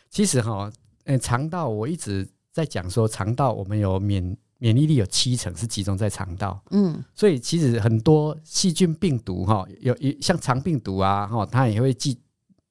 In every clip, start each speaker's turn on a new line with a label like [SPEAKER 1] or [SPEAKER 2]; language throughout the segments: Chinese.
[SPEAKER 1] 其实哈、呃，肠道我一直在讲说，肠道我们有免免疫力有七成是集中在肠道，
[SPEAKER 2] 嗯，
[SPEAKER 1] 所以其实很多细菌病毒哈、有有像肠病毒啊哈、它也会寄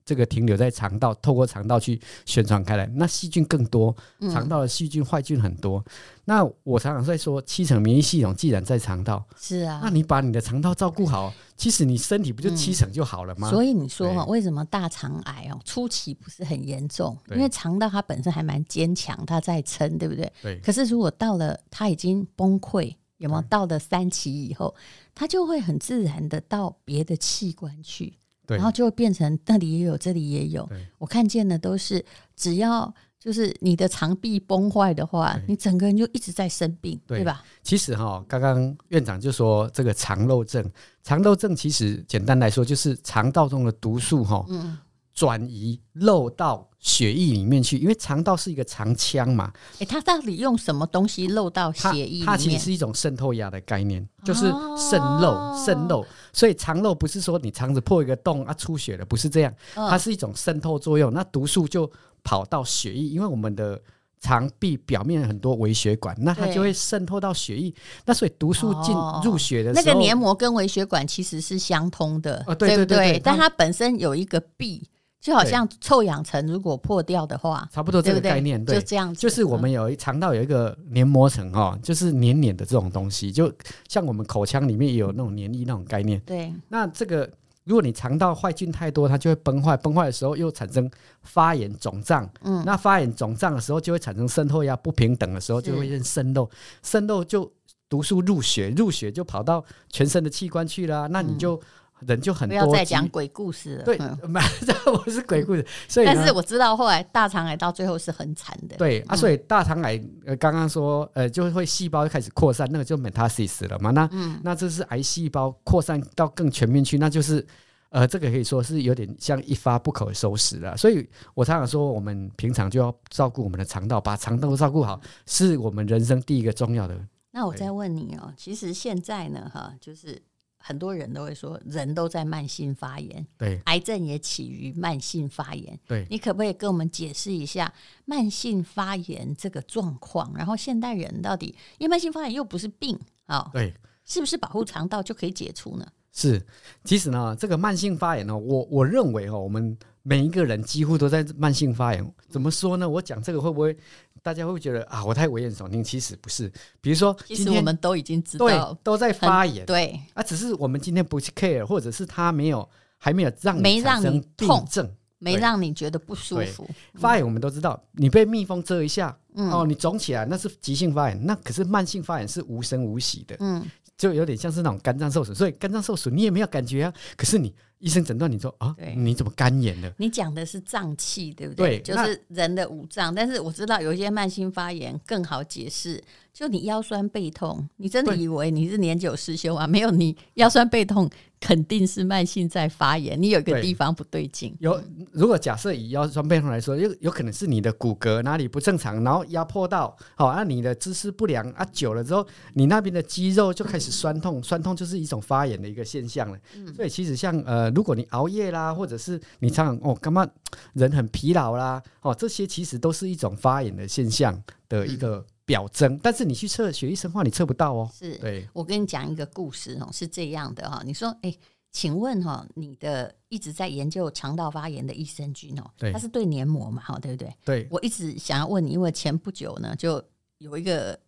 [SPEAKER 1] 这个停留在肠道，透过肠道去宣传开来。那细菌更多，
[SPEAKER 2] 嗯
[SPEAKER 1] 肠道的细菌坏菌很多。那我常常在说，七成免疫系统既然在肠道，
[SPEAKER 2] 是啊
[SPEAKER 1] 那。你把你的肠道照顾好，其实你身体不就七成就好了吗？
[SPEAKER 2] 所以你说哈，
[SPEAKER 1] 对
[SPEAKER 2] 为什么大肠癌哦初期不是很严重？因
[SPEAKER 1] 对
[SPEAKER 2] 为肠道它本身还蛮坚强，它在撑，对不对？
[SPEAKER 1] 对
[SPEAKER 2] 可是如果到了它已经崩溃，有没有
[SPEAKER 1] 对
[SPEAKER 2] 到了三期以后，它就会很自然的到别的器官去，
[SPEAKER 1] 对
[SPEAKER 2] 然后就会变成那里也有，这里也有
[SPEAKER 1] 对。
[SPEAKER 2] 我看见的都是，只要就是你的肠壁崩坏的话
[SPEAKER 1] 对，
[SPEAKER 2] 你整个人就一直在生病，
[SPEAKER 1] 对
[SPEAKER 2] 对吧？
[SPEAKER 1] 其实哈、刚刚院长就说这个肠漏症，肠漏症其实简单来说就是肠道中的毒素哈、
[SPEAKER 2] 嗯，
[SPEAKER 1] 转移漏到血液里面去，因为肠道是一个肠腔嘛，
[SPEAKER 2] 诶，它到底用什么东西漏到
[SPEAKER 1] 它
[SPEAKER 2] 血液
[SPEAKER 1] 它
[SPEAKER 2] 里
[SPEAKER 1] 其实
[SPEAKER 2] 面？
[SPEAKER 1] 是一种渗透压的概念，就是渗
[SPEAKER 2] 哦
[SPEAKER 1] 漏渗漏，所以肠漏不是说你肠子破一个洞啊出血了，不是这样，它
[SPEAKER 2] 嗯，
[SPEAKER 1] 是一种渗透作用，那毒素就跑到血液，因为我们的。肠壁表面很多微血管，那它
[SPEAKER 2] 对
[SPEAKER 1] 就会渗透到血液，那所以毒素进
[SPEAKER 2] 哦
[SPEAKER 1] 入血的
[SPEAKER 2] 那
[SPEAKER 1] 时候，
[SPEAKER 2] 个黏膜跟微血管其实是相通的，
[SPEAKER 1] 哦对
[SPEAKER 2] 不
[SPEAKER 1] 对对对
[SPEAKER 2] 但
[SPEAKER 1] 它
[SPEAKER 2] 它本身有一个壁，就好像臭氧层如果破掉的话，
[SPEAKER 1] 差不多
[SPEAKER 2] 对不
[SPEAKER 1] 这个
[SPEAKER 2] 对？
[SPEAKER 1] 概念，对
[SPEAKER 2] 就，这样子，
[SPEAKER 1] 就是我们有一肠道有一个黏膜层哈、哦，就是黏黏的这种东西，就像我们口腔里面也有那种黏液那种概念
[SPEAKER 2] 嗯。对
[SPEAKER 1] 那这个如果你肠道坏菌太多，它就会崩坏，崩坏的时候又产生发炎肿胀，
[SPEAKER 2] 嗯
[SPEAKER 1] 那发炎肿胀的时候就会产生渗透压不平等的时候，就会变渗漏，渗漏就毒素入血，入血就跑到全身的器官去了啊、那你就、人就很
[SPEAKER 2] 嗯不
[SPEAKER 1] 多，
[SPEAKER 2] 要再讲鬼故事了。
[SPEAKER 1] 对
[SPEAKER 2] 嗯，
[SPEAKER 1] 没、 这不是鬼故 事，所以呢
[SPEAKER 2] 但是我嗯知道后来大肠癌到最后是很惨的。
[SPEAKER 1] 对啊，所以大肠癌呃，刚刚说呃，就会细胞开始扩散，那个就 metastasis 了嘛。那、
[SPEAKER 2] 嗯
[SPEAKER 1] 那这是癌细胞扩散到更全面去，那就是呃，这个可以说是有点像一发不可收拾了。所以我常常说，我们平常就要照顾我们的肠道，把肠道照顾好，是我们人生第一个重要的。
[SPEAKER 2] 那我再问你哦，其实现在呢，哈，就是很多人都会说，人都在慢性发炎，
[SPEAKER 1] 对
[SPEAKER 2] 癌症也起于慢性发炎。
[SPEAKER 1] 对
[SPEAKER 2] 你可不可以跟我们解释一下慢性发炎这个状况？然后现代人到底，因为慢性发炎又不是病啊、哦，
[SPEAKER 1] 对，
[SPEAKER 2] 是不是保护肠道就可以解除呢？
[SPEAKER 1] 是，其实呢，这个慢性发炎呢、我我认为哦，我们每一个人几乎都在慢性发炎。怎么说呢？我讲这个会不会大家会不会觉得啊，我太危言耸听？其实不是，比如说
[SPEAKER 2] 其
[SPEAKER 1] 今
[SPEAKER 2] 实
[SPEAKER 1] 天
[SPEAKER 2] 我们都已经知
[SPEAKER 1] 对
[SPEAKER 2] 道，
[SPEAKER 1] 都在发炎
[SPEAKER 2] 对，
[SPEAKER 1] 啊，只是我们今天不去 care，或者是他没有还没有让
[SPEAKER 2] 没
[SPEAKER 1] 产
[SPEAKER 2] 让你
[SPEAKER 1] 生
[SPEAKER 2] 痛
[SPEAKER 1] 病症，
[SPEAKER 2] 没
[SPEAKER 1] 对
[SPEAKER 2] 让你觉得不舒服。
[SPEAKER 1] 发炎我们都知道，你被蜜蜂蛰一下，
[SPEAKER 2] 嗯
[SPEAKER 1] 哦，你肿起来那是急性发炎，那可是慢性发炎是无声无息的，
[SPEAKER 2] 嗯，
[SPEAKER 1] 就有点像是那种肝脏受损，所以肝脏受损你也没有感觉啊，可是你医生诊断你说啊
[SPEAKER 2] 对，
[SPEAKER 1] 你怎么肝炎了？
[SPEAKER 2] 你讲的是脏器，对不对？
[SPEAKER 1] 对
[SPEAKER 2] 就是人的五脏。但是我知道有一些慢性发炎更好解释，就你腰酸背痛，你真的
[SPEAKER 1] 对
[SPEAKER 2] 以为你是年久失修啊？没有，你腰酸背痛肯定是慢性在发炎，你有一个
[SPEAKER 1] 对
[SPEAKER 2] 地方不对劲。
[SPEAKER 1] 有，如果假设以腰酸背痛来说，有有可能是你的骨骼哪里不正常，然后压迫到，好、那、你的姿势不良啊，久了之后，你那边的肌肉就开始酸痛，酸痛就是一种发炎的一个现象了。
[SPEAKER 2] 嗯
[SPEAKER 1] 所以其实像呃，如果你熬夜啦，或者是你常常哦，干嘛人很疲劳啦，哦，这些其实都是一种发炎的现象的一
[SPEAKER 2] 嗯
[SPEAKER 1] 个表征，但是你去测血液生化，你测不到哦。
[SPEAKER 2] 是，
[SPEAKER 1] 对，
[SPEAKER 2] 我跟你讲一个故事哦，是这样的哈，你说，哎、请问哈，你的一直在研究肠道发炎的益生菌哦，
[SPEAKER 1] 对
[SPEAKER 2] 它是对黏膜嘛，哈，哦对不对？
[SPEAKER 1] 对，
[SPEAKER 2] 我一直想要问你，因为前不久呢，就有一个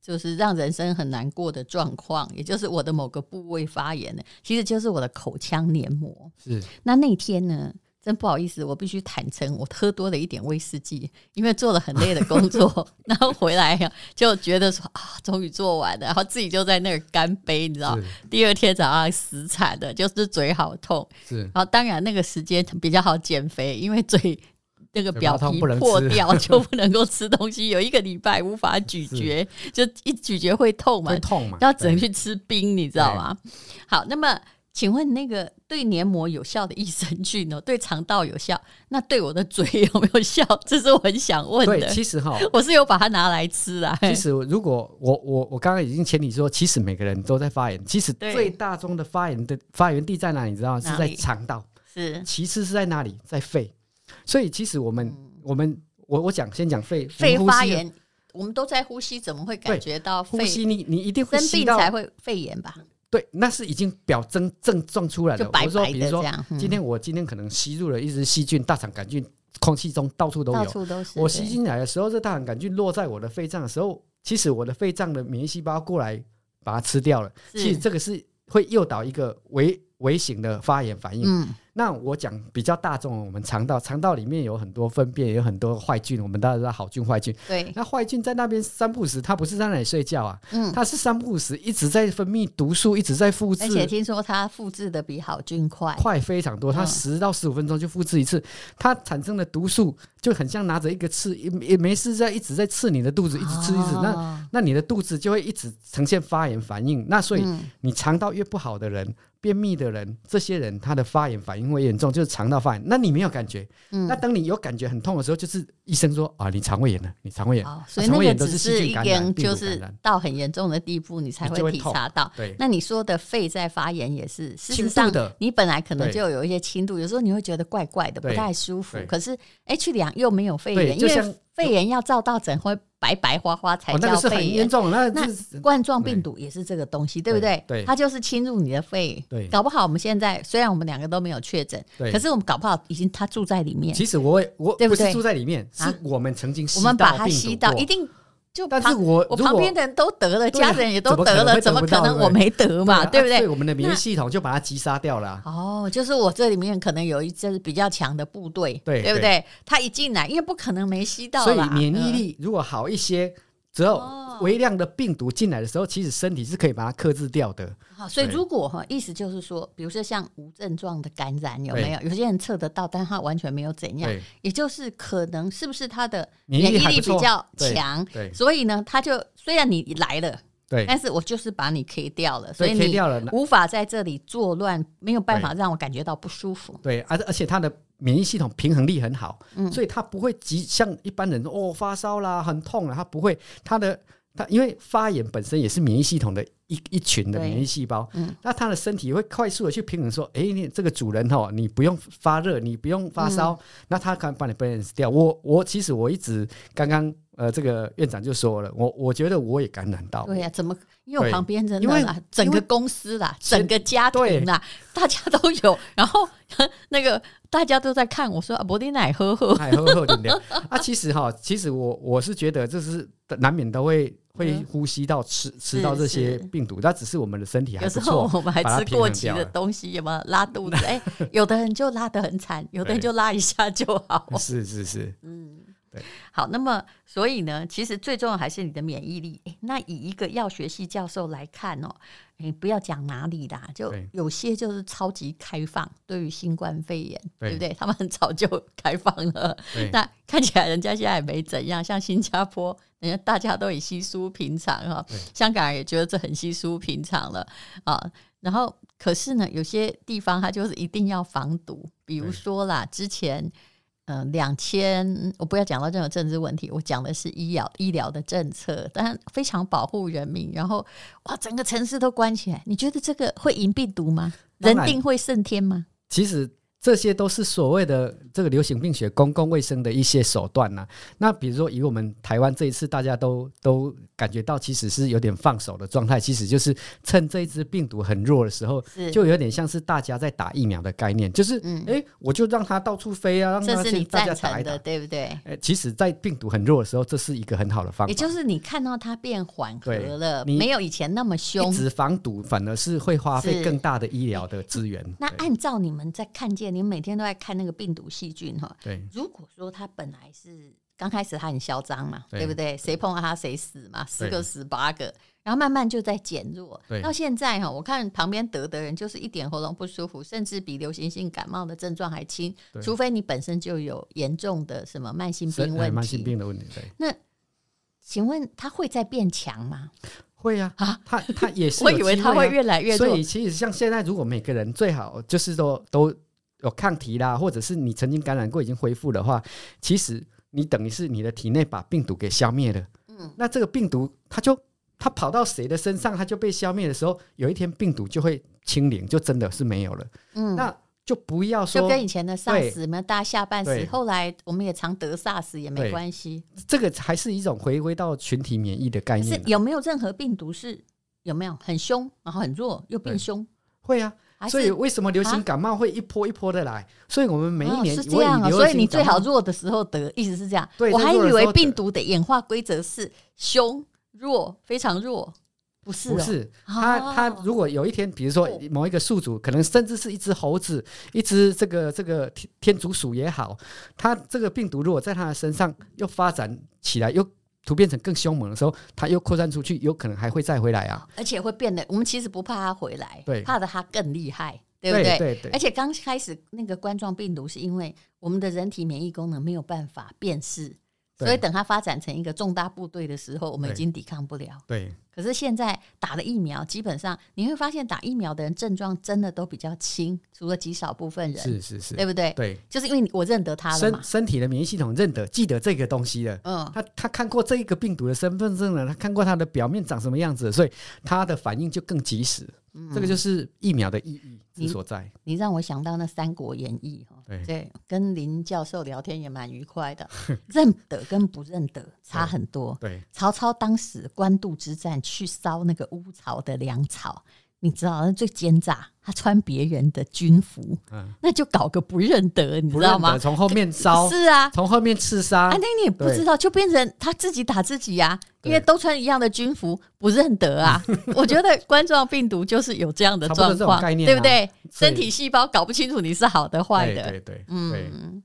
[SPEAKER 2] 就是让人生很难过的状况，也就是我的某个部位发炎了，其实就是我的口腔黏膜。
[SPEAKER 1] 是
[SPEAKER 2] 那那天呢？真不好意思，我必须坦诚，我喝多了一点威士忌，因为做了很累的工作，然后回来呀就觉得说啊，终于做完了，然后自己就在那儿干杯，你知道
[SPEAKER 1] 是，
[SPEAKER 2] 第二天早上死惨的，就是嘴好痛，
[SPEAKER 1] 是，
[SPEAKER 2] 然后当然那个时间比较好减肥，因为嘴那个
[SPEAKER 1] 嘴
[SPEAKER 2] 表
[SPEAKER 1] 巴痛
[SPEAKER 2] 皮
[SPEAKER 1] 不能
[SPEAKER 2] 破
[SPEAKER 1] 吃
[SPEAKER 2] 掉就不能够吃东西，有一个礼拜无法咀 嚼，就一咀嚼会痛嘛
[SPEAKER 1] 会，痛嘛？
[SPEAKER 2] 要只能
[SPEAKER 1] 对
[SPEAKER 2] 去吃冰，你知道吗？好，那么请问那个对黏膜有效的益生菌哦，对肠道有效，那对我的嘴有没有效？这是我很想问
[SPEAKER 1] 对，
[SPEAKER 2] 的。
[SPEAKER 1] 其实哈，
[SPEAKER 2] 我是有把它拿来吃啊，
[SPEAKER 1] 其实如果我我我刚刚已经前提说，其实每个人都在发炎，其实
[SPEAKER 2] 对
[SPEAKER 1] 最大宗的发炎的发源地在哪里？你知道吗？
[SPEAKER 2] 哪
[SPEAKER 1] 是
[SPEAKER 2] 里
[SPEAKER 1] 在肠道，
[SPEAKER 2] 是
[SPEAKER 1] 其次是在哪里？在肺。所以其实我们、我们我我讲先讲肺，
[SPEAKER 2] 嗯肺
[SPEAKER 1] 我们呼吸
[SPEAKER 2] 发炎，我们都在呼吸，怎么会感
[SPEAKER 1] 对
[SPEAKER 2] 觉到
[SPEAKER 1] 呼
[SPEAKER 2] 肺
[SPEAKER 1] 吸你你一定会
[SPEAKER 2] 生
[SPEAKER 1] 吸
[SPEAKER 2] 病
[SPEAKER 1] 到
[SPEAKER 2] 才会肺炎吧？
[SPEAKER 1] 对，那是已经表征症状出来
[SPEAKER 2] 就
[SPEAKER 1] 了。
[SPEAKER 2] 白
[SPEAKER 1] 我说，
[SPEAKER 2] 白
[SPEAKER 1] 比
[SPEAKER 2] 的这
[SPEAKER 1] 如说
[SPEAKER 2] 样。嗯
[SPEAKER 1] 今天我今天可能吸入了一只细菌、大肠杆菌，空气中到处都
[SPEAKER 2] 到
[SPEAKER 1] 有。
[SPEAKER 2] 处都是。
[SPEAKER 1] 我
[SPEAKER 2] 对
[SPEAKER 1] 吸进来的时候，这大肠杆菌落在我的肺脏的时候，其实我的肺脏的免疫细胞过来把它吃掉了。
[SPEAKER 2] 是
[SPEAKER 1] 其实这个是会诱导一个微微型的发炎反应。
[SPEAKER 2] 嗯，
[SPEAKER 1] 那我讲比较大众，我们肠道，肠道里面有很多粪便，也有很多坏菌，我们大家知道好菌坏菌。
[SPEAKER 2] 对，
[SPEAKER 1] 那坏菌在那边三不五时，它不是在那里睡觉啊，
[SPEAKER 2] 嗯，
[SPEAKER 1] 它是三不五时一直在分泌毒素，一直在复
[SPEAKER 2] 而且
[SPEAKER 1] 制。
[SPEAKER 2] 听说它复制的比好菌快，
[SPEAKER 1] 快非常多，它
[SPEAKER 2] 嗯
[SPEAKER 1] 十到十五分钟就复制一次，它产生的毒素就很像拿着一个刺，也也没事在一直在刺你的肚子，一直刺一直，那
[SPEAKER 2] 哦
[SPEAKER 1] 那你的肚子就会一直呈现发炎反应。那所以
[SPEAKER 2] 嗯
[SPEAKER 1] 你肠道越不好的人，便秘的人，这些人他的发炎反应会严重，就是肠道发炎。那你没有感觉，
[SPEAKER 2] 嗯
[SPEAKER 1] 那当你有感觉很痛的时候，就是医生说啊，你肠胃炎了，你肠胃炎，
[SPEAKER 2] 哦
[SPEAKER 1] 啊
[SPEAKER 2] 所以
[SPEAKER 1] 肠
[SPEAKER 2] 那
[SPEAKER 1] 胃
[SPEAKER 2] 个
[SPEAKER 1] 炎都
[SPEAKER 2] 只
[SPEAKER 1] 是细
[SPEAKER 2] 是
[SPEAKER 1] 菌
[SPEAKER 2] 一
[SPEAKER 1] 感染、
[SPEAKER 2] 点，
[SPEAKER 1] 病
[SPEAKER 2] 就
[SPEAKER 1] 毒感
[SPEAKER 2] 是
[SPEAKER 1] 染。
[SPEAKER 2] 到很严重的地步，你才
[SPEAKER 1] 你就
[SPEAKER 2] 会
[SPEAKER 1] 会
[SPEAKER 2] 体
[SPEAKER 1] 痛
[SPEAKER 2] 察到。
[SPEAKER 1] 对，
[SPEAKER 2] 那你说的肺在发炎也是，事实
[SPEAKER 1] 轻
[SPEAKER 2] 上
[SPEAKER 1] 度的
[SPEAKER 2] 你本来可能
[SPEAKER 1] 对
[SPEAKER 2] 就有一些轻度，有时候你会觉得怪怪的，不
[SPEAKER 1] 对
[SPEAKER 2] 太舒服
[SPEAKER 1] 对。
[SPEAKER 2] 可是哎，去量又没有肺
[SPEAKER 1] 对
[SPEAKER 2] 炎，因
[SPEAKER 1] 就像
[SPEAKER 2] 为肺炎要照到诊会白白花花才
[SPEAKER 1] 哦，那
[SPEAKER 2] 叫
[SPEAKER 1] 个是
[SPEAKER 2] 肺
[SPEAKER 1] 很
[SPEAKER 2] 炎
[SPEAKER 1] 严。重，那
[SPEAKER 2] 那
[SPEAKER 1] 是
[SPEAKER 2] 冠状病毒也是这个东西，对不对？
[SPEAKER 1] 对对
[SPEAKER 2] 它就是侵入你的肺。
[SPEAKER 1] 对
[SPEAKER 2] 搞不好我们现在虽然我们两个都没有确诊，
[SPEAKER 1] 对
[SPEAKER 2] 可是我们搞不好已经它住在里面，
[SPEAKER 1] 其实我也我
[SPEAKER 2] 对不
[SPEAKER 1] 不
[SPEAKER 2] 对
[SPEAKER 1] 是住在里面，
[SPEAKER 2] 啊
[SPEAKER 1] 是我们曾经吸
[SPEAKER 2] 我们把
[SPEAKER 1] 到
[SPEAKER 2] 它
[SPEAKER 1] 病
[SPEAKER 2] 吸
[SPEAKER 1] 毒
[SPEAKER 2] 到，
[SPEAKER 1] 过
[SPEAKER 2] 一定就
[SPEAKER 1] 但是
[SPEAKER 2] 旁
[SPEAKER 1] 我
[SPEAKER 2] 我
[SPEAKER 1] 如
[SPEAKER 2] 旁
[SPEAKER 1] 果
[SPEAKER 2] 边的人都得了，
[SPEAKER 1] 对
[SPEAKER 2] 家
[SPEAKER 1] 啊
[SPEAKER 2] 人也都
[SPEAKER 1] 怎么可
[SPEAKER 2] 得
[SPEAKER 1] 能
[SPEAKER 2] 了，
[SPEAKER 1] 会
[SPEAKER 2] 怎么
[SPEAKER 1] 得不
[SPEAKER 2] 可
[SPEAKER 1] 到
[SPEAKER 2] 能
[SPEAKER 1] 对
[SPEAKER 2] 我没得嘛？
[SPEAKER 1] 啊
[SPEAKER 2] 对不
[SPEAKER 1] 所以
[SPEAKER 2] 对？
[SPEAKER 1] 我们的免
[SPEAKER 2] 那
[SPEAKER 1] 疫系统就把它击杀掉了啊。
[SPEAKER 2] 哦，就是我这里面可能有一支比较强的部队，
[SPEAKER 1] 对
[SPEAKER 2] 对不
[SPEAKER 1] 对
[SPEAKER 2] 对？他一进来，因为不可能没吸到
[SPEAKER 1] 所以
[SPEAKER 2] 啦
[SPEAKER 1] 免疫
[SPEAKER 2] 嗯
[SPEAKER 1] 力如果好一些，只后
[SPEAKER 2] 哦
[SPEAKER 1] 微量的病毒进来的时候，其实身体是可以把它克制掉的。
[SPEAKER 2] 好，所以
[SPEAKER 1] 对
[SPEAKER 2] 如果哈，意思就是说，比如说像无症状的感染有
[SPEAKER 1] 对
[SPEAKER 2] 没有？有些人测得到，但他完全没有怎样
[SPEAKER 1] 对，
[SPEAKER 2] 也就是可能是不是他的
[SPEAKER 1] 免疫
[SPEAKER 2] 免
[SPEAKER 1] 力
[SPEAKER 2] 疫
[SPEAKER 1] 还
[SPEAKER 2] 力
[SPEAKER 1] 不
[SPEAKER 2] 比
[SPEAKER 1] 错
[SPEAKER 2] 较
[SPEAKER 1] 对
[SPEAKER 2] 强，
[SPEAKER 1] 对
[SPEAKER 2] 所以呢，他就虽然你来了，
[SPEAKER 1] 对
[SPEAKER 2] 但是我就是把你 K 掉了，所
[SPEAKER 1] 对
[SPEAKER 2] 以
[SPEAKER 1] K
[SPEAKER 2] 你
[SPEAKER 1] 掉了
[SPEAKER 2] 无法在这里作乱，没有办法让我感觉到不舒服。
[SPEAKER 1] 对，而而且它的免疫系统平衡力很好，
[SPEAKER 2] 嗯
[SPEAKER 1] 所以它不会急像一般人说哦发烧啦很痛啦，它不会，它的它因为发炎本身也是免疫系统的一一群的
[SPEAKER 2] 对
[SPEAKER 1] 免疫细胞
[SPEAKER 2] 嗯，
[SPEAKER 1] 那它的身体会快速的去平衡说，哎，你这个主人哦，你不用发热，你不用发
[SPEAKER 2] 嗯
[SPEAKER 1] 烧，那它可以把你 balance 掉。我我其实我一直刚刚呃这个院长就说了，我我觉得我也感染到，
[SPEAKER 2] 对呀、怎么？因为我
[SPEAKER 1] 对
[SPEAKER 2] 旁边真
[SPEAKER 1] 因
[SPEAKER 2] 的
[SPEAKER 1] 为
[SPEAKER 2] 啦，整
[SPEAKER 1] 因
[SPEAKER 2] 个
[SPEAKER 1] 为
[SPEAKER 2] 公司啦，
[SPEAKER 1] 先
[SPEAKER 2] 整个家庭啦，大家都有。然后 那个大家都在看我说，啊伯丁奶呵呵，
[SPEAKER 1] 哎，喝喝点点啊！其实哈，其实我我是觉得这是难免都会会
[SPEAKER 2] 嗯
[SPEAKER 1] 呼吸到吃吃
[SPEAKER 2] 是
[SPEAKER 1] 到这些
[SPEAKER 2] 是
[SPEAKER 1] 病毒，那只是我们的身体还
[SPEAKER 2] 有
[SPEAKER 1] 不
[SPEAKER 2] 时候
[SPEAKER 1] 错，
[SPEAKER 2] 我们还
[SPEAKER 1] 把它
[SPEAKER 2] 吃
[SPEAKER 1] 平
[SPEAKER 2] 过
[SPEAKER 1] 衡
[SPEAKER 2] 期
[SPEAKER 1] 掉
[SPEAKER 2] 的
[SPEAKER 1] 了
[SPEAKER 2] 东西，有没有拉肚 子？哎，有的人就拉得很惨，有的人
[SPEAKER 1] 对
[SPEAKER 2] 就拉一下就好。
[SPEAKER 1] 是是是，
[SPEAKER 2] 嗯好，那么所以呢，其实最重要还是你的免疫力。诶那以一个药学系教授来看哦，你不要讲哪里啦，就
[SPEAKER 1] 对
[SPEAKER 2] 有些就是超级开放，对于新冠肺炎，对
[SPEAKER 1] 对
[SPEAKER 2] 不对？他们很早就开放了，
[SPEAKER 1] 对
[SPEAKER 2] 那看起来人家现在也没怎样。像新加坡，人家大家都已稀疏平常哈、
[SPEAKER 1] 对
[SPEAKER 2] 香港人也觉得这很稀疏平常了啊。然后，可是呢，有些地方它就是一定要防毒，比如
[SPEAKER 1] 对
[SPEAKER 2] 说啦，之前呃，两千，我不要讲到任何政治问题，我讲的是医疗医疗的政策，但非常保护人民。然后，哇，整个城市都关起来，你觉得这个会赢病毒吗？
[SPEAKER 1] 当
[SPEAKER 2] 人
[SPEAKER 1] 然
[SPEAKER 2] 定会胜天吗？
[SPEAKER 1] 其实这些都是所谓的这个流行病学公共卫生的一些手段呐、那比如说以我们台湾这一次，大家都都感觉到其实是有点放手的状态，其实就是趁这一只病毒很弱的时候
[SPEAKER 2] 是，
[SPEAKER 1] 就有点像是大家在打疫苗的概念，就是
[SPEAKER 2] 嗯
[SPEAKER 1] 诶，我就让它到处飞啊，让
[SPEAKER 2] 这
[SPEAKER 1] 它
[SPEAKER 2] 是你
[SPEAKER 1] 去大
[SPEAKER 2] 赞
[SPEAKER 1] 家打
[SPEAKER 2] 成
[SPEAKER 1] 一打
[SPEAKER 2] 的，。对不对？
[SPEAKER 1] 诶，其实，在病毒很弱的时候，这是一个很好的方法。
[SPEAKER 2] 也就是你看到它变缓和
[SPEAKER 1] 对
[SPEAKER 2] 了，
[SPEAKER 1] 你
[SPEAKER 2] 没有以前那么
[SPEAKER 1] 一
[SPEAKER 2] 凶。
[SPEAKER 1] 直防堵，反而是会花费
[SPEAKER 2] 是
[SPEAKER 1] 更大的医疗的资源。
[SPEAKER 2] 那
[SPEAKER 1] 对
[SPEAKER 2] 按照你们在看见，你们每天都在看那个病毒细菌哈，
[SPEAKER 1] 对
[SPEAKER 2] 如果说它本来是刚开始它很嚣张嘛，对
[SPEAKER 1] 对
[SPEAKER 2] 不对？谁碰到它谁死嘛，十
[SPEAKER 1] 对
[SPEAKER 2] 个死八个，然后慢慢就在减弱
[SPEAKER 1] 对。
[SPEAKER 2] 到现在哈，我看旁边得的人就是一点喉咙不舒服，甚至比流行性感冒的症状还轻，
[SPEAKER 1] 对
[SPEAKER 2] 除非你本身就有严重的什么慢性
[SPEAKER 1] 是
[SPEAKER 2] 病
[SPEAKER 1] 呃
[SPEAKER 2] 问
[SPEAKER 1] 慢性
[SPEAKER 2] 题。啊
[SPEAKER 1] 病的问题，对。
[SPEAKER 2] 那请问它会再变强吗？
[SPEAKER 1] 会呀、啊，他他也是、
[SPEAKER 2] 我以为它
[SPEAKER 1] 啊
[SPEAKER 2] 会。越来越弱
[SPEAKER 1] 所，以其实像现在，如果每个人最好就是说都有抗体啦，或者是你曾经感染过已经恢复的话，其实你等于是你的体内把病毒给消灭了。
[SPEAKER 2] 嗯
[SPEAKER 1] 嗯，那这个病毒它就它跑到谁的身上，它就被消灭的时候，有一天病毒就会清零，就真的是没有了。
[SPEAKER 2] 嗯
[SPEAKER 1] 那就不要
[SPEAKER 2] 就
[SPEAKER 1] 说
[SPEAKER 2] 跟以前的 SARS 没有大家下半死，
[SPEAKER 1] 对
[SPEAKER 2] 后来我们也常得 SARS 也没
[SPEAKER 1] 对
[SPEAKER 2] 关系。
[SPEAKER 1] 这个还是一种回归到群体免疫的概
[SPEAKER 2] 可
[SPEAKER 1] 念
[SPEAKER 2] 是
[SPEAKER 1] 啊、
[SPEAKER 2] 有没有任何病毒是有没有很凶，然后很弱又变
[SPEAKER 1] 对
[SPEAKER 2] 凶？
[SPEAKER 1] 会啊，
[SPEAKER 2] 还
[SPEAKER 1] 所以
[SPEAKER 2] 是
[SPEAKER 1] 为什么流
[SPEAKER 2] 啊
[SPEAKER 1] 行感冒会一波一波的来？所以我们每一
[SPEAKER 2] 哦
[SPEAKER 1] 年
[SPEAKER 2] 是这
[SPEAKER 1] 为
[SPEAKER 2] 样啊，
[SPEAKER 1] 流
[SPEAKER 2] 所以
[SPEAKER 1] 行
[SPEAKER 2] 你最
[SPEAKER 1] 感冒
[SPEAKER 2] 好弱的时候得，意思是这样。
[SPEAKER 1] 对
[SPEAKER 2] 我还以
[SPEAKER 1] 最弱的时
[SPEAKER 2] 为
[SPEAKER 1] 候得
[SPEAKER 2] 病毒的演化规则是凶弱，非常弱，不是、哦？
[SPEAKER 1] 不是，它它
[SPEAKER 2] 哦
[SPEAKER 1] 如果有一天，比如说
[SPEAKER 2] 哦
[SPEAKER 1] 某一个宿主，可能甚至是一只猴子，一只这个这个天天竺鼠也好，它这个病毒如果在它的身上又发展起来，又突变成更凶猛的时候，它又扩散出去，有可能还会再回来啊。
[SPEAKER 2] 而且会变得，我们其实不怕它回来，
[SPEAKER 1] 对
[SPEAKER 2] 怕的它更厉害，对不
[SPEAKER 1] 对
[SPEAKER 2] 对？哎
[SPEAKER 1] 对对
[SPEAKER 2] 而且刚开始那个冠状病毒是因为我们的人体免疫功能没有办法辨识，
[SPEAKER 1] 对
[SPEAKER 2] 所以等它发展成一个重大部队的时候，我们已
[SPEAKER 1] 对
[SPEAKER 2] 经抵抗不了。
[SPEAKER 1] 对
[SPEAKER 2] 可是现在打了疫苗，基本上你会发现打疫苗的人症状真的都比较轻，除了极少部分人，
[SPEAKER 1] 是是是，
[SPEAKER 2] 对不对？
[SPEAKER 1] 对
[SPEAKER 2] 就是因为你我认得他了
[SPEAKER 1] 身
[SPEAKER 2] 嘛，
[SPEAKER 1] 身体的免疫系统认得记得这个东西了。
[SPEAKER 2] 嗯，
[SPEAKER 1] 他他看过这一个病毒的身份证了，他看过它的表面长什么样子，所以他的反应就更及时。
[SPEAKER 2] 嗯
[SPEAKER 1] 这个就是疫苗的意义
[SPEAKER 2] 你
[SPEAKER 1] 之所在。
[SPEAKER 2] 你让我想到那《三国演义》哈，
[SPEAKER 1] 对
[SPEAKER 2] 对，跟林教授聊天也蛮愉快 的，认得跟不认得差很多。
[SPEAKER 1] 对，
[SPEAKER 2] 曹操当时官渡之战去烧那个乌巢的粮草，你知道那最奸诈，他穿别人的军服，
[SPEAKER 1] 嗯，
[SPEAKER 2] 那就搞个不认得，你
[SPEAKER 1] 不
[SPEAKER 2] 知道
[SPEAKER 1] 认得
[SPEAKER 2] 吗？
[SPEAKER 1] 从后面烧，
[SPEAKER 2] 是啊，
[SPEAKER 1] 从后面刺杀
[SPEAKER 2] 啊，，那你也不
[SPEAKER 1] 对
[SPEAKER 2] 知道，就变成他自己打自己呀、因为
[SPEAKER 1] 对
[SPEAKER 2] 都穿一样的军服，不认得 啊。我觉得冠状病毒就是有这样的
[SPEAKER 1] 差不多
[SPEAKER 2] 状
[SPEAKER 1] 这种
[SPEAKER 2] 况，
[SPEAKER 1] 概念啊
[SPEAKER 2] 对不对？
[SPEAKER 1] 所以
[SPEAKER 2] 身体细胞搞不清楚你是好的坏的，
[SPEAKER 1] 对对对，对
[SPEAKER 2] 嗯。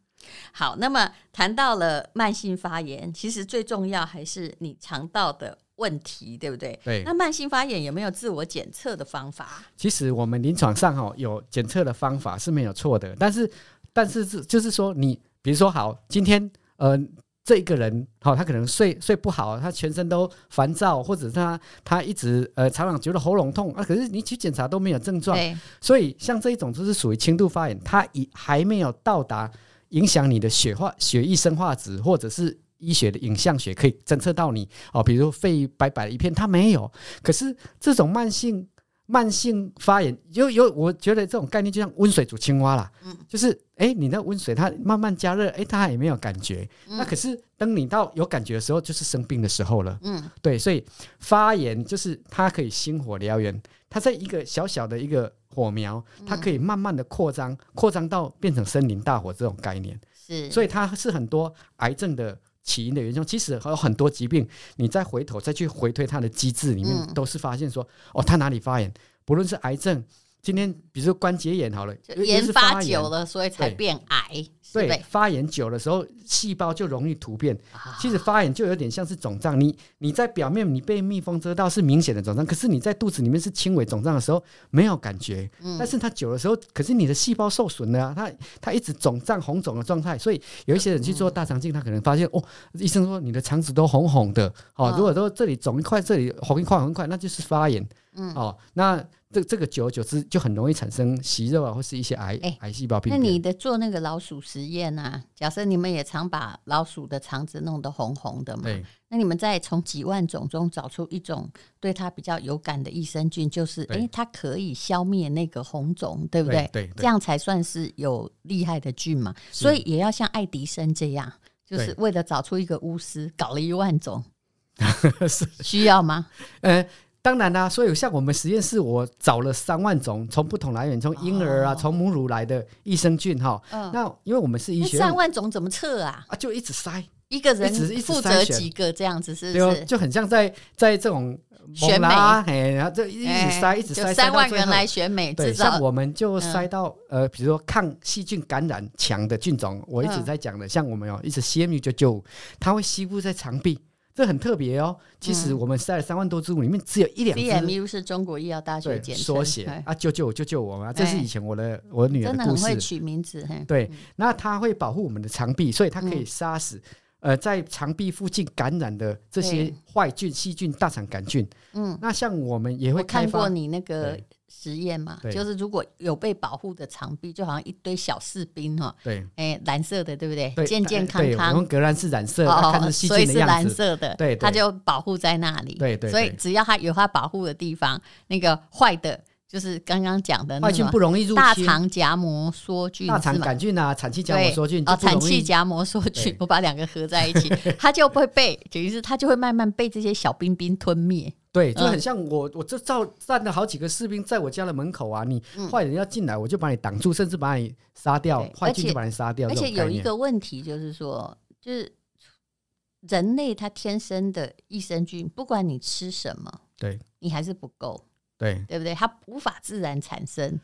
[SPEAKER 2] 好，那么谈到了慢性发炎，其实最重要还是你肠道的问题，对不对？
[SPEAKER 1] 对
[SPEAKER 2] 那慢性发炎有没有自我检测的方法？
[SPEAKER 1] 其实我们临床上哈、有检测的方法是没有错的，但是但是是就是说你比如说好，今天呃这一个人好、他可能睡睡不好，他全身都烦躁，或者是他他一直呃常常觉得喉咙痛啊，可是你去检查都没有症状，
[SPEAKER 2] 对，
[SPEAKER 1] 所以像这一种就是属于轻度发炎，它已还没有到达影响你的血化、血液生化值或者是。医学的影像学可以侦测到你哦，比如说肺白白的一片，它没有。哦可是这种慢性慢性发炎，有有，我觉得这种概念就像温水煮青蛙啦，
[SPEAKER 2] 嗯
[SPEAKER 1] 就是哎、诶你那温水它慢慢加热，哎、它也没有感觉。
[SPEAKER 2] 嗯
[SPEAKER 1] 那可是等你到有感觉的时候，就是生病的时候了。
[SPEAKER 2] 嗯，
[SPEAKER 1] 对，所以发炎就是它可以星火燎原，它在一个小小的一个火苗，
[SPEAKER 2] 嗯
[SPEAKER 1] 它可以慢慢的扩张，扩张到变成森林大火这种概念，
[SPEAKER 2] 是，
[SPEAKER 1] 所以它是很多癌症的起因的元凶。其实还有很多疾病，你再回头再去回推它的机制里面，
[SPEAKER 2] 嗯
[SPEAKER 1] 都是发现说哦，它哪里发炎，不论是癌症，今天比如说关节炎好了，
[SPEAKER 2] 就
[SPEAKER 1] 又
[SPEAKER 2] 研
[SPEAKER 1] 是
[SPEAKER 2] 发
[SPEAKER 1] 发
[SPEAKER 2] 久
[SPEAKER 1] 炎，
[SPEAKER 2] 了，所以才
[SPEAKER 1] 对
[SPEAKER 2] 变癌，是
[SPEAKER 1] 对
[SPEAKER 2] 呗，
[SPEAKER 1] 发炎久的时候，细胞就容易突变。
[SPEAKER 2] 啊
[SPEAKER 1] 其实发炎就有点像是肿胀，你你在表面你被蜜蜂蛰到是明显的肿胀，可是你在肚子里面是轻微肿胀的时候没有感觉，
[SPEAKER 2] 嗯
[SPEAKER 1] 但是它久的时候，可是你的细胞受损了、啊，它它一直肿胀红肿的状态，所以有一些人去做大肠镜，他可能发现哦，医生说你的肠子都红红的，哦
[SPEAKER 2] 嗯，
[SPEAKER 1] 如果说这里肿一块，这里红一块红一块，那就是发炎，
[SPEAKER 2] 嗯
[SPEAKER 1] 哦，那这这个久而久之就很容易产生息肉啊，或是一些癌、
[SPEAKER 2] 哎
[SPEAKER 1] 癌细胞病
[SPEAKER 2] 那
[SPEAKER 1] 变。
[SPEAKER 2] 你的做那个老鼠实验啊，假设你们也常把老鼠的肠子弄得红红的嘛，
[SPEAKER 1] 对
[SPEAKER 2] 那你们再从几万种中找出一种对它比较有感的益生菌，就是
[SPEAKER 1] 对
[SPEAKER 2] 诶，它可以消灭那个红肿，对不对？
[SPEAKER 1] 对对对
[SPEAKER 2] 这样才算是有厉害的菌嘛。
[SPEAKER 1] 是
[SPEAKER 2] 所以也要像爱迪生这样，就是
[SPEAKER 1] 对
[SPEAKER 2] 为了找出一个巫师，搞了一万 种，需要吗？
[SPEAKER 1] 呃，当然啦、所以像我们实验室，我找了三万种，从不同来源，从婴儿啊，
[SPEAKER 2] 哦
[SPEAKER 1] 从母乳来的益生菌哈。
[SPEAKER 2] 嗯，
[SPEAKER 1] 那因为我们是医
[SPEAKER 2] 那
[SPEAKER 1] 学
[SPEAKER 2] 三
[SPEAKER 1] 院
[SPEAKER 2] 万种怎么测啊？
[SPEAKER 1] 啊，就一直塞，
[SPEAKER 2] 一个人
[SPEAKER 1] 一直一直
[SPEAKER 2] 负责
[SPEAKER 1] 筛选
[SPEAKER 2] 几个这样子，是不
[SPEAKER 1] 对哦，
[SPEAKER 2] 是？
[SPEAKER 1] 就很像在在这种
[SPEAKER 2] 选
[SPEAKER 1] 蒙拉，哎，然后就一直塞，
[SPEAKER 2] 哎
[SPEAKER 1] 一直
[SPEAKER 2] 就
[SPEAKER 1] 塞，塞
[SPEAKER 2] 三
[SPEAKER 1] 到
[SPEAKER 2] 万
[SPEAKER 1] 最
[SPEAKER 2] 人
[SPEAKER 1] 后
[SPEAKER 2] 来选美，
[SPEAKER 1] 对，
[SPEAKER 2] 至
[SPEAKER 1] 像
[SPEAKER 2] 少
[SPEAKER 1] 我们就
[SPEAKER 2] 嗯
[SPEAKER 1] 塞到、呃，比如说抗细菌感染强的菌种，我一直
[SPEAKER 2] 嗯
[SPEAKER 1] 在讲的，像我们有一直 CMU 九九五，它会吸附在肠壁，这很特别哦。其实
[SPEAKER 2] 嗯
[SPEAKER 1] 我们塞了三万多只物，里面只有一两只
[SPEAKER 2] VMU 是中国医药大学
[SPEAKER 1] 对，
[SPEAKER 2] 简称
[SPEAKER 1] 缩写
[SPEAKER 2] 哎
[SPEAKER 1] 啊，救救我，救救我嘛！这是
[SPEAKER 2] 哎
[SPEAKER 1] 以前我的我女儿
[SPEAKER 2] 真的
[SPEAKER 1] 的故
[SPEAKER 2] 很会
[SPEAKER 1] 事。
[SPEAKER 2] 取名字，嘿，
[SPEAKER 1] 对，那它会保护我们的肠壁，所以它可以
[SPEAKER 2] 嗯
[SPEAKER 1] 杀死、呃在肠壁附近感染的这些
[SPEAKER 2] 对
[SPEAKER 1] 坏菌、细菌、大肠杆菌。
[SPEAKER 2] 嗯，
[SPEAKER 1] 那像我们也会
[SPEAKER 2] 我
[SPEAKER 1] 开
[SPEAKER 2] 看过
[SPEAKER 1] 发，
[SPEAKER 2] 你那个
[SPEAKER 1] 对
[SPEAKER 2] 实验嘛，
[SPEAKER 1] 对
[SPEAKER 2] 就是如果有被保护的长臂，就好像一堆小士兵哈，
[SPEAKER 1] 对
[SPEAKER 2] 哎，蓝色的，对不对？
[SPEAKER 1] 对，
[SPEAKER 2] 健健康
[SPEAKER 1] 对，我们
[SPEAKER 2] 康
[SPEAKER 1] 用。格兰氏染色，它看
[SPEAKER 2] 哦，
[SPEAKER 1] 着细
[SPEAKER 2] 所
[SPEAKER 1] 菌
[SPEAKER 2] 以
[SPEAKER 1] 的
[SPEAKER 2] 是蓝
[SPEAKER 1] 样子。
[SPEAKER 2] 色的，
[SPEAKER 1] 对对
[SPEAKER 2] 它就保护在那里。
[SPEAKER 1] 对对
[SPEAKER 2] 所以
[SPEAKER 1] 对
[SPEAKER 2] 只要它有它保护的地方，那个坏的，就是刚刚讲的那
[SPEAKER 1] 坏
[SPEAKER 2] 个
[SPEAKER 1] 菌不容易入
[SPEAKER 2] 大
[SPEAKER 1] 侵，
[SPEAKER 2] 肠夹膜梭菌
[SPEAKER 1] 大肠
[SPEAKER 2] 是吗
[SPEAKER 1] 杆菌啊、产气
[SPEAKER 2] 对
[SPEAKER 1] 甲膜梭菌
[SPEAKER 2] 哦，
[SPEAKER 1] 就不
[SPEAKER 2] 产
[SPEAKER 1] 容
[SPEAKER 2] 气
[SPEAKER 1] 易。
[SPEAKER 2] 夹膜梭菌
[SPEAKER 1] 对，
[SPEAKER 2] 我把两个合在一起，它就不会被，等于是它就会慢慢被这些小冰冰吞灭。
[SPEAKER 1] 对，就
[SPEAKER 2] 嗯
[SPEAKER 1] 很像我，我这照站了好几个士兵在我家的门口啊，你坏人要进来，我就把你挡住，甚至把你杀掉
[SPEAKER 2] 嗯对，
[SPEAKER 1] 坏
[SPEAKER 2] 而
[SPEAKER 1] 菌
[SPEAKER 2] 且
[SPEAKER 1] 就把你杀掉。
[SPEAKER 2] 而
[SPEAKER 1] 这
[SPEAKER 2] 且
[SPEAKER 1] 种概
[SPEAKER 2] 有一
[SPEAKER 1] 念
[SPEAKER 2] 个问题就是说，就是人类他天生的益生菌，不管你吃什么，
[SPEAKER 1] 对
[SPEAKER 2] 你还是不够，
[SPEAKER 1] 对，
[SPEAKER 2] 对不对？它无法自然产生。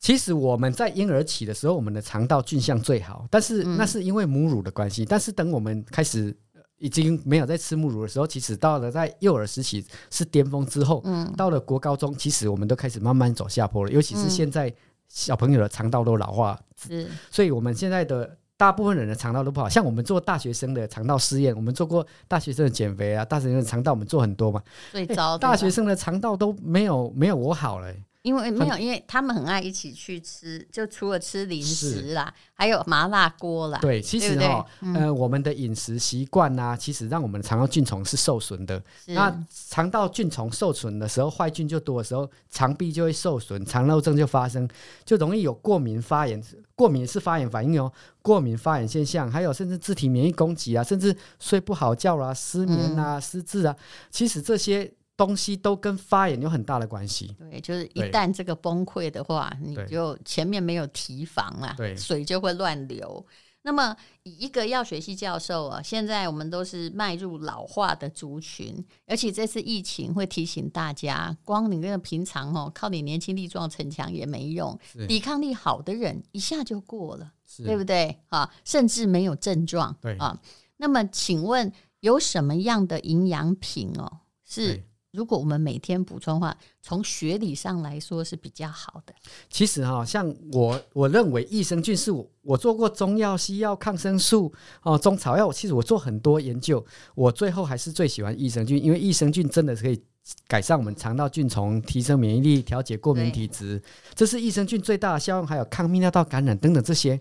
[SPEAKER 1] 其实我们在婴儿期的时候，我们的肠道菌相最好，但是
[SPEAKER 2] 嗯
[SPEAKER 1] 那是因为母乳的关系。但是等我们开始呃已经没有在吃母乳的时候，其实到了在幼儿时期是巅峰之后，
[SPEAKER 2] 嗯，
[SPEAKER 1] 到了国高中，其实我们都开始慢慢走下坡了。尤其是
[SPEAKER 2] 嗯
[SPEAKER 1] 现在小朋友的肠道都老化，
[SPEAKER 2] 是
[SPEAKER 1] 所以我们现在的。大部分人的肠道都不好，像我们做大学生的肠道试验，我们做过大学生的减肥啊，大学生的肠道我们做很多嘛。
[SPEAKER 2] 最
[SPEAKER 1] 哎
[SPEAKER 2] 糟的吧。
[SPEAKER 1] 大学生的肠道都没有没有我好了、
[SPEAKER 2] 因为没有，因为他们很爱一起去吃，就除了吃零食
[SPEAKER 1] 是
[SPEAKER 2] 啦，还有麻辣锅啦。
[SPEAKER 1] 对，其
[SPEAKER 2] 对
[SPEAKER 1] 实
[SPEAKER 2] 不
[SPEAKER 1] 哈、
[SPEAKER 2] 对嗯
[SPEAKER 1] 呃，我们的饮食习惯啊，其实让我们的肠道菌虫是受损的。
[SPEAKER 2] 是，
[SPEAKER 1] 那肠道菌虫受损的时候，坏菌就多的时候，肠壁就会受损，肠漏症就发生，就容易有过敏发炎。过敏是发炎反应哦，过敏发炎现象，还有甚至自体免疫攻击啊，甚至睡不好觉啦、失眠啊、失智啊，其实这些东西都跟发炎有很大的关系。
[SPEAKER 2] 对，就是一
[SPEAKER 1] 对
[SPEAKER 2] 旦这个崩溃的话，你
[SPEAKER 1] 对
[SPEAKER 2] 就前面没有提防啦，
[SPEAKER 1] 对
[SPEAKER 2] 水就会乱流。那么，以一个药学系教授啊，现在我们都是迈入老化的族群，而且这次疫情会提醒大家，光你那个平常哦，靠你年轻力壮逞强也没用，
[SPEAKER 1] 是
[SPEAKER 2] 抵抗力好的人一下就过了。
[SPEAKER 1] 是
[SPEAKER 2] 对不对？啊，甚至没有症状，
[SPEAKER 1] 对
[SPEAKER 2] 啊。那么，请问有什么样的营养品哦，是
[SPEAKER 1] 对
[SPEAKER 2] 如果我们每天补充的话，从学理上来说是比较好的？
[SPEAKER 1] 其实哈、像我我认为益生菌是我我做过中药、西药、抗生素哦、中草药，其实我做很多研究，我最后还是最喜欢益生菌，因为益生菌真的可以改善我们肠道菌虫，提升免疫力，调节过敏体质，这是益生菌最大的效用，还有抗泌尿道感染等等这些。